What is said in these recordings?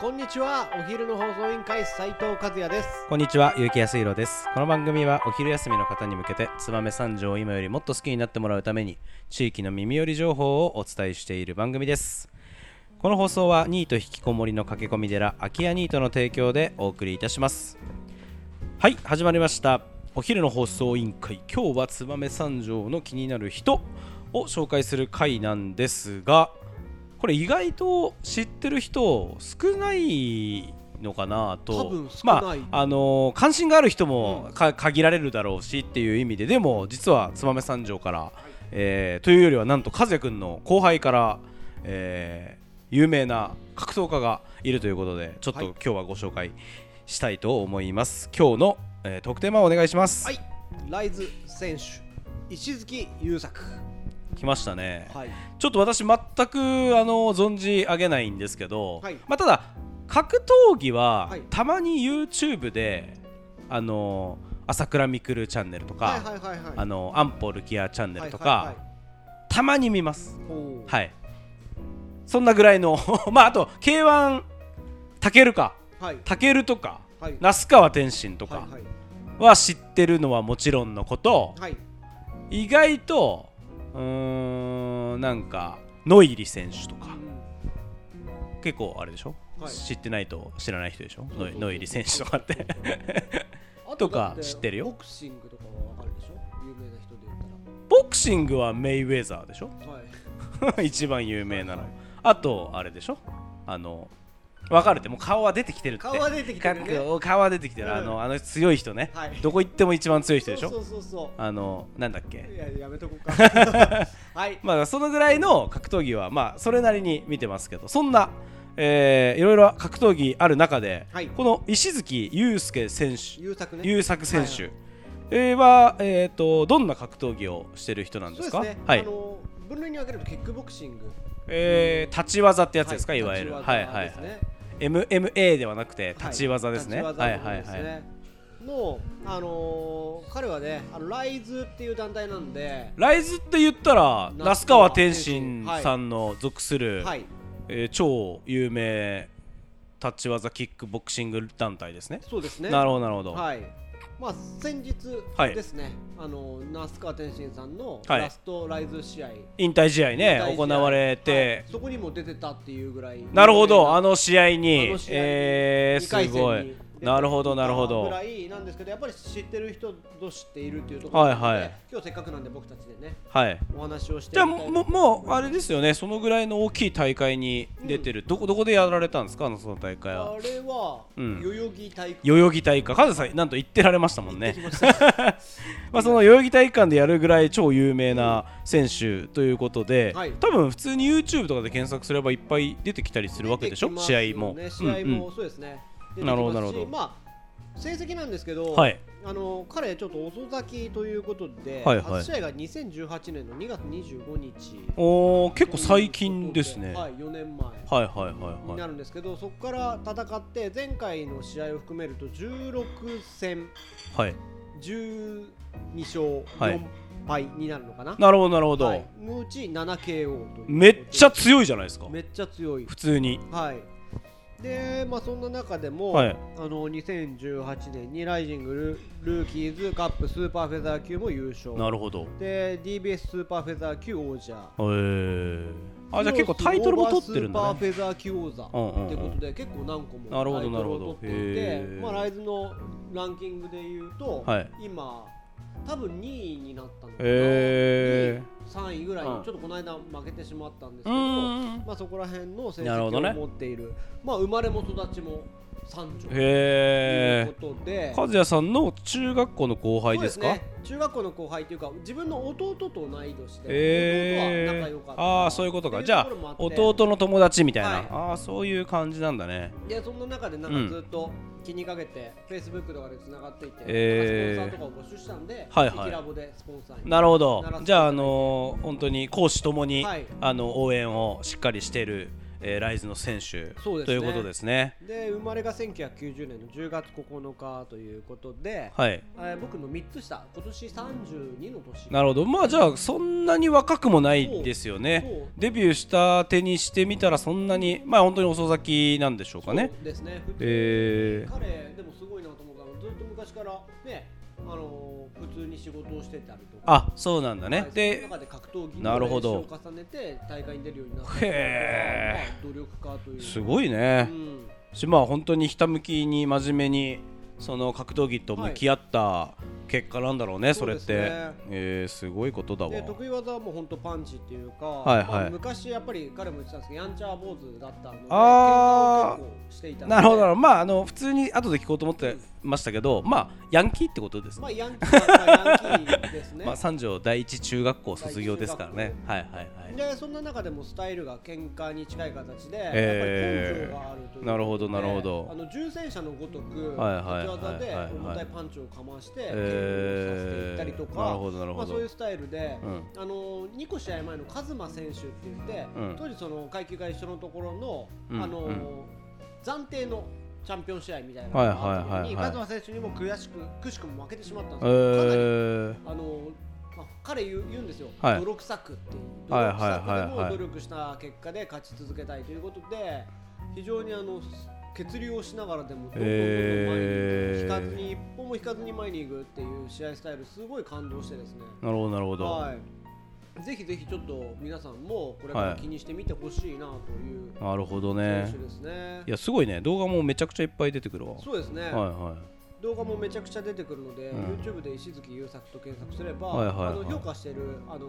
こんにちはお昼の放送委員会斉藤和也ですこんにちは、ゆうきやすいろです。この番組はお昼休みの方に向けて、燕三条を今よりもっと好きになってもらうために、地域の耳寄り情報をお伝えしている番組です。この放送は、ニート引きこもりの駆け込み寺、空き家ニートの提供でお送りいたします。はい、始まりました。お昼の放送委員会、今日は燕三条の気になる人を紹介する回なんですが、これ意外と知ってる人少ないのかなと多分少まないああのー関心がある人もうんか、限られるだろうしっていう意味ででも実は燕三条から、えーというよりはなんと和也君の後輩から、えー有名な格闘家がいるということでちょっとはい今日はご紹介したいと思います、今日の、えー、特テーマをお願いします、はいライズ選手石月優作来ましたね、はいちょっと私全くあの存じ上げないんですけど、はいまあ、ただ格闘技ははいたまに YouTube で、あの朝倉未来チャンネルとか、はいはいはいはいあの安保ルキアチャンネルとか、はいはいたまに見ますはいほうはいそんなぐらいの まああと k 1たけるかはいたけるとか、はい那須川天心とはかいはいは知ってるのはもちろんのこと、はい意外とうーんなんかノイリ選手とか結構あれでしょ、はい知ってないと知らない人でしょそうそうそノうイノイリ選手とかって あとかだて知ってるよボクシングとかはわかるでしょ有名な人で言っボクシングはメイウェザーでしょたらはい 一番有名なのあとあれでしょあの分かるってもう顔は出てきてるって顔は出てきてるねか顔は出てきてる、あうんのあの強い人ね、はいどこ行っても一番強い人でしょそうそうそうそあのなんだっういけややめとこう かはいまあそのぐらいの格闘技はまあそれなりに見てますけどそんな、えーいろいろ格闘技ある中で、はいこの石月祐介選手優作ね優作選はい手えーは、えー、とどんな格闘技をしてる人なんですそうかですね、はあい、の分類に分けるとキックボクシングえー立ち技ってやつですか、い、わゆる、立ちはい技はいですねはい MMA ではなくてはい立ち技ですね。立はいち技の方はいはいですね。の、あのー彼はね、あのライズっていう団体なんで、ライズって言ったら那那須須川川天天心心さんの属する、はい、えー超有名立ち技キックボクシング団体ですね。そうですね。なるほどなるほど。はい。まあ先日はいですね、あの那須川天心さんのはいラストライズ試合、引退試合ね大試合行われて、はいそこにも出てたっていうぐらい、なるほどあのの試合あにの試合にえー、二回す戦ごにい出てたなるほどなるほぐど。らいなんですけど、やっぱり知ってる人と知っているっていうところなので、はいはい今日せっかくなんで僕たちでね、はい。お話をしてじゃあみたいなももうあれですよねそのぐらいの大きい大会に出てる、どこどこでやられたんですかあのその大会はあれは、うん代々木体育代々木体育館カズさんなんと行ってられましたもんね行ってきましたまあその代々木体育館でやるぐらい超有名な選手ということで、はい多分普通に YouTube とかで検索すればいっぱい出てきたりするわけでしょ、出てきますよ試合もね試合うんうもんそうですね、出てきますしなるほどなるほどまあ成績なんですけど、はいあの彼ちょっと遅咲きということで、はいはい初試合が2018年の2月25日おー結構最近ですね、はい4年前はい、はいはいにはいなるんですけど、そこから戦って前回の試合を含めると16戦はい12勝はい4敗になるのかな、なるほどなるほど、はいのうち 7KO というめっちゃ強いじゃないですかめっちゃ強い普通にはい。で、まあ、そんな中でも、はいあの2018年にライジングルルーキーズカップスーパーフェザー級も優勝。なるほどで、DBS スーパーフェザー級王者。へーあじゃあ結構タイトルも取ってるんだスーパねーフェザー級王座ってうんうんうんことで、結構何個もなるほタどイトルを取っていなてるほどへ、ーまあ、ライズのランキングで言うと、はい今、多分2位になったのかな、へ3位ぐらいに、うんちょっとこの間負けてしまったんですーうけど、ーんまあ、そこら辺の成な績るほどねを持っているまあ、生まれも育ちも三女といへうーことで、和也さんの中学校の後輩ですかそうね、中学校の後輩というか自分の弟と同い年で、え弟は仲ー良かったああそういうことかってじゃところもあって弟の友達みたいな、はいああそういう感じなんだねでそんな中でなんかずっと気にかけて、Facebook とかでつながっていて、えーなんかスポンサーとかを募集したんで、はいはいイキラボでスポンサーになるほなどらせていただいてじゃああのー本当に講師ともに、はいあの応援をしっかりしている、えーライズの選手そうですねということですね。で生まれが1990年の10月9日ということで、はい、えー僕の3つ下今年32の年なるほどまあじゃあそんなに若くもないですよそうそうねデビューした手にしてみたらそんなにまあ本当に遅咲きなんでしょうかねそうですね普通にえー彼でもすごいなと思うからずっと昔からねあのー普通に仕事をしてたりとかあそうなんだねはいそでの中で格闘技なのる練習ほどを重ねて大会に出るようになったりとかへまあ努力家というすい、ごいうねん、しまあ本当にひたむきに真面目にその格闘技と向き合った結果なんだろうね、それっそうてですねえーすごいことだわで得意技はもう本当パンチっていうか、はいはいまあ昔やっぱり彼も言ってたんですけどヤンチャー坊主だったので喧嘩をあー結構していたのでなるほどなるほどまああの普通に後で聞こうと思ってましたけどまあヤンキーってことですねまあヤンキーはまあヤンキーですね、 まあ三条第一中学校卒業ですからねはいはいはいでそんな中でもスタイルが喧嘩に近い形で、えやっぱりー根性があるということでなるほどなるほどあの重戦車のごとく、はいはいはい立ち技ではい重たいパンチをかまして、剣をさせていえったりとー、か、なるほどなるまほあ、ど、そういうスタイルで、うんあの2個試合前のカズマ選手って言って、うん当時その階級が一緒のところの、うんあのうん暫定のチャンピオン試合みたいなのがあった時に、はいはいはいはいカズマ選手にも悔しくくしくも負けてしまったんですよ、えかなりー、あの、まあ、彼言う言うんですよ、はい泥臭くっていうはいは泥臭いくはいでもはい努力した結果で勝ち続けたいということで非常にあの血流をしながらでもどんどんどんどんえー前に行く引かずに一歩も引かずに前に行くっていう試合スタイルすごい感動してですねなるほどなるほど、はいぜひぜひちょっと皆さんもこれから気にしてみてほしいなというなるほど選ね手ですねいやすごいね動画もめちゃくちゃいっぱい出てくるわそうですね、はいは動画もめちゃくちゃ出てくるので、うん YouTube で石月優作と検索すれば、はいはいはいあの評価してる、あの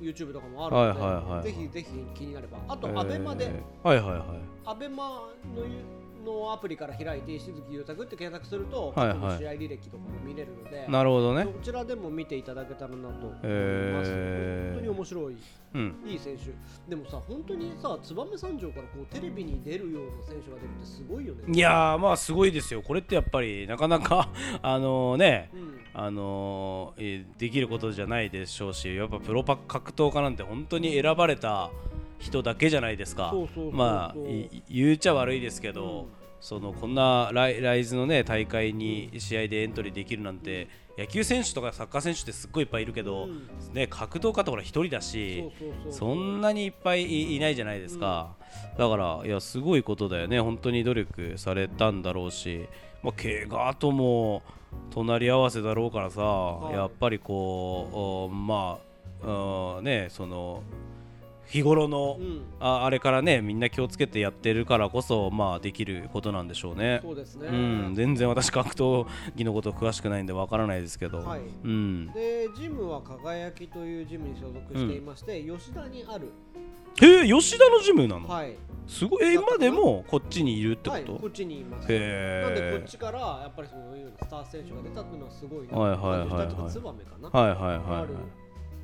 ー、YouTube とかもあるので、はいはいはいぜひぜひ気になればあと、いアベマでえーはいはいはいアベマのゆのアプリから開いて石月優作って検索すると、はいはい過去の試合履歴とかも見れるのでなるほどどねちらでも見ていただけたらなと思います、えー本当に面白いうんいい選手でもさ本当にさ燕三条からこうテレビに出るような選手が出るってすごいよねいやーまあすごいですよこれってやっぱりなかなか あのねうんあのーえーできることじゃないでしょうしやっぱプロパ格闘家なんて本当に選ばれた人だけじゃないですかそうそうそうそうまあい言うちゃ悪いですけど、うんそのこんなライライズのね大会に試合でエントリーできるなんて、野球選手とかサッカー選手ってすっごいいっぱいいるけど、うんね、格闘家ってほら一人だしそうそうそうそんなにいっぱいいいないじゃないですか、だからいやすごいことだよね本当に努力されたんだろうし、まあ、怪我とも隣り合わせだろうからさ、いやっぱりこうおまあうんねその日頃の、うんああれからねみんな気をつけてやってるからこそまあできることなんでしょうねそうですね、うん全然私格闘技のこと詳しくないんでわからないですけど、はいうんでジムは輝きというジムに所属していまして、吉田にある、へえ吉田のジムなの、はい、すごいえだったか今なでもこっちにいるってこはい、と、こっちにいます。なんでこへっちからやっぱりそういうスター選手が出たっていうのはすごいな。はいはいはいはい吉田とかツバメかな、えはいはいはいはあいる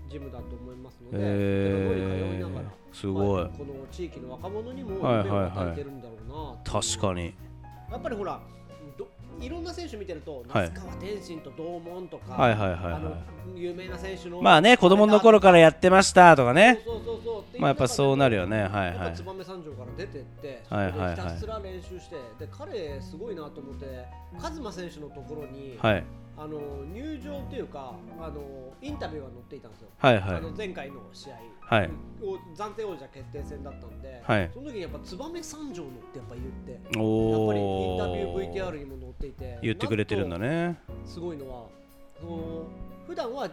ジムだと思いますので、へだからどうにか通いながえら、すごい、まあこの地域の若者にもはいはい夢はいを与えてるんだろうな、確かにに。やっぱりほら、どいろんな選手見てると、は那い須川天心と同門とか、はいはいはいあのは有名な選手のいまあね子供の頃からやってましたとかねそうそうそうそうまあやっぱそうなるよよねはいやっはぱい燕三条から出てって、はいはいはいそこでひたすら練習して、で彼、すごいなと思って、カズマ選手のところに、はいあの入場っていうかあの、インタビューが載っていたんですよ、はいはあいの前回の試合、はいお暫定王者決定戦だったんで、はいその時にやっぱ燕三条のってやっぱ言って、やっぱおりインタビューお VTR にも載っていて、言ってくれてるんだね。ねすごいのはその普段は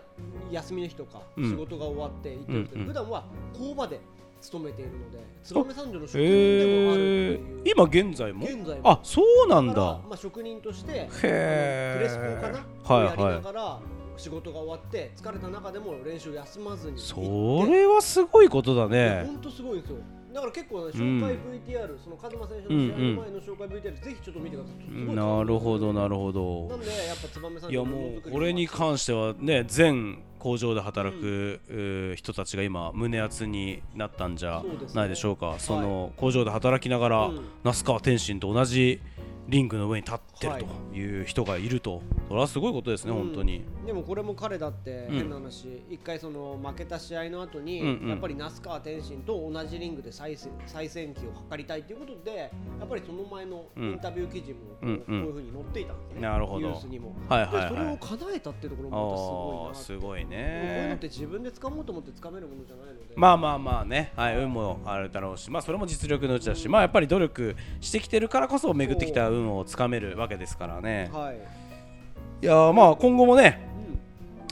休みの日とかうん仕事が終わって行ってるけど、うんうん普段は工場で勤めているので燕三条の職人でもあるへえっていう、今現在も現在もあそうなんだからだまあ、職人としてへープレスコかな、はいをやりはないがら仕事が終わって疲れた中でも練習休まずにそねれはすごいことだね本当すごいんですよだから結構、ね、紹介 VTR、そのカズマ選手の試合の前の紹介 VTR、ぜひちょっと見てください。すごい感動なるほどなるほどなんでやっぱ燕三い条やのもう作りこれには関してはね全工場で働く、えー人たちが今胸熱になったんじゃそうですねないでしょうかそ,、はいの工場で働きながら、うん那須川天心と同じリングの上に立ってるという人がいると、それはすごいことですね、本当に。でもこれも彼だって変な話、一回その負けた試合の後に、うんうんやっぱり那須川天心と同じリングで再戦再戦期を図りたいということでやっぱりその前のインタビュー記事もこう,、うんうんこういうふうに載っていたんですね、なるほどニュースにも、はいはいはいでそれを叶えたっていうところもあまあたすごいなってすごいこういうのっねて。自分で掴もうと思って掴めるものじゃないので、まあまあまあね、はい、運もあるだろうし、まあ、それも実力のうちだし、まあ、やっぱり努力してきてるからこそ巡ってきた運をつかめるわけですからね。はい、うん、いやーまあ今後もね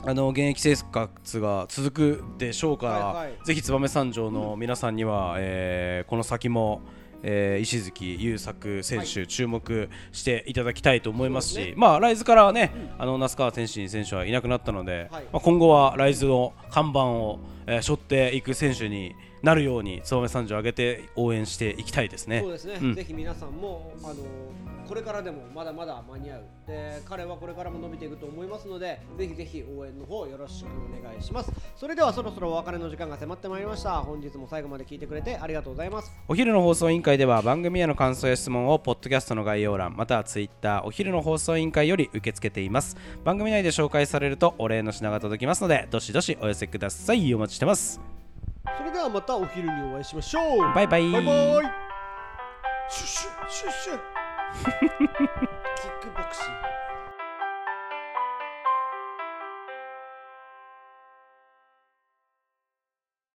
あの現役生活が続くでしょうから、はいはいぜひ燕三条の皆さんには、えーこの先も、えー石月優作選手、注目していただきたいと思いますしそうですまあ、ライズからはね、あの那須川天心選手はいなくなったので、はいまあ、今後はライズの看板を、えー背負っていく選手になるように燕三条を挙げて応援していきたいですね。そうですね、うんぜひ皆さんもあのこれからでもまだまだ間に合うで彼はこれからも伸びていくと思いますのでぜひぜひ応援の方よろしくお願いしますそれではそろそろお別れの時間が迫ってまいりました本日も最後まで聞いてくれてありがとうございますお昼の放送委員会では番組への感想や質問をポッドキャストの概要欄またはツイッターお昼の放送委員会より受け付けています番組内で紹介されるとお礼の品が届きますのでどしどしお寄せくださいお待ちしてますそれではまたお昼にお会いしましょうバイバイ バイバイシュッシュッシュッシュッ切った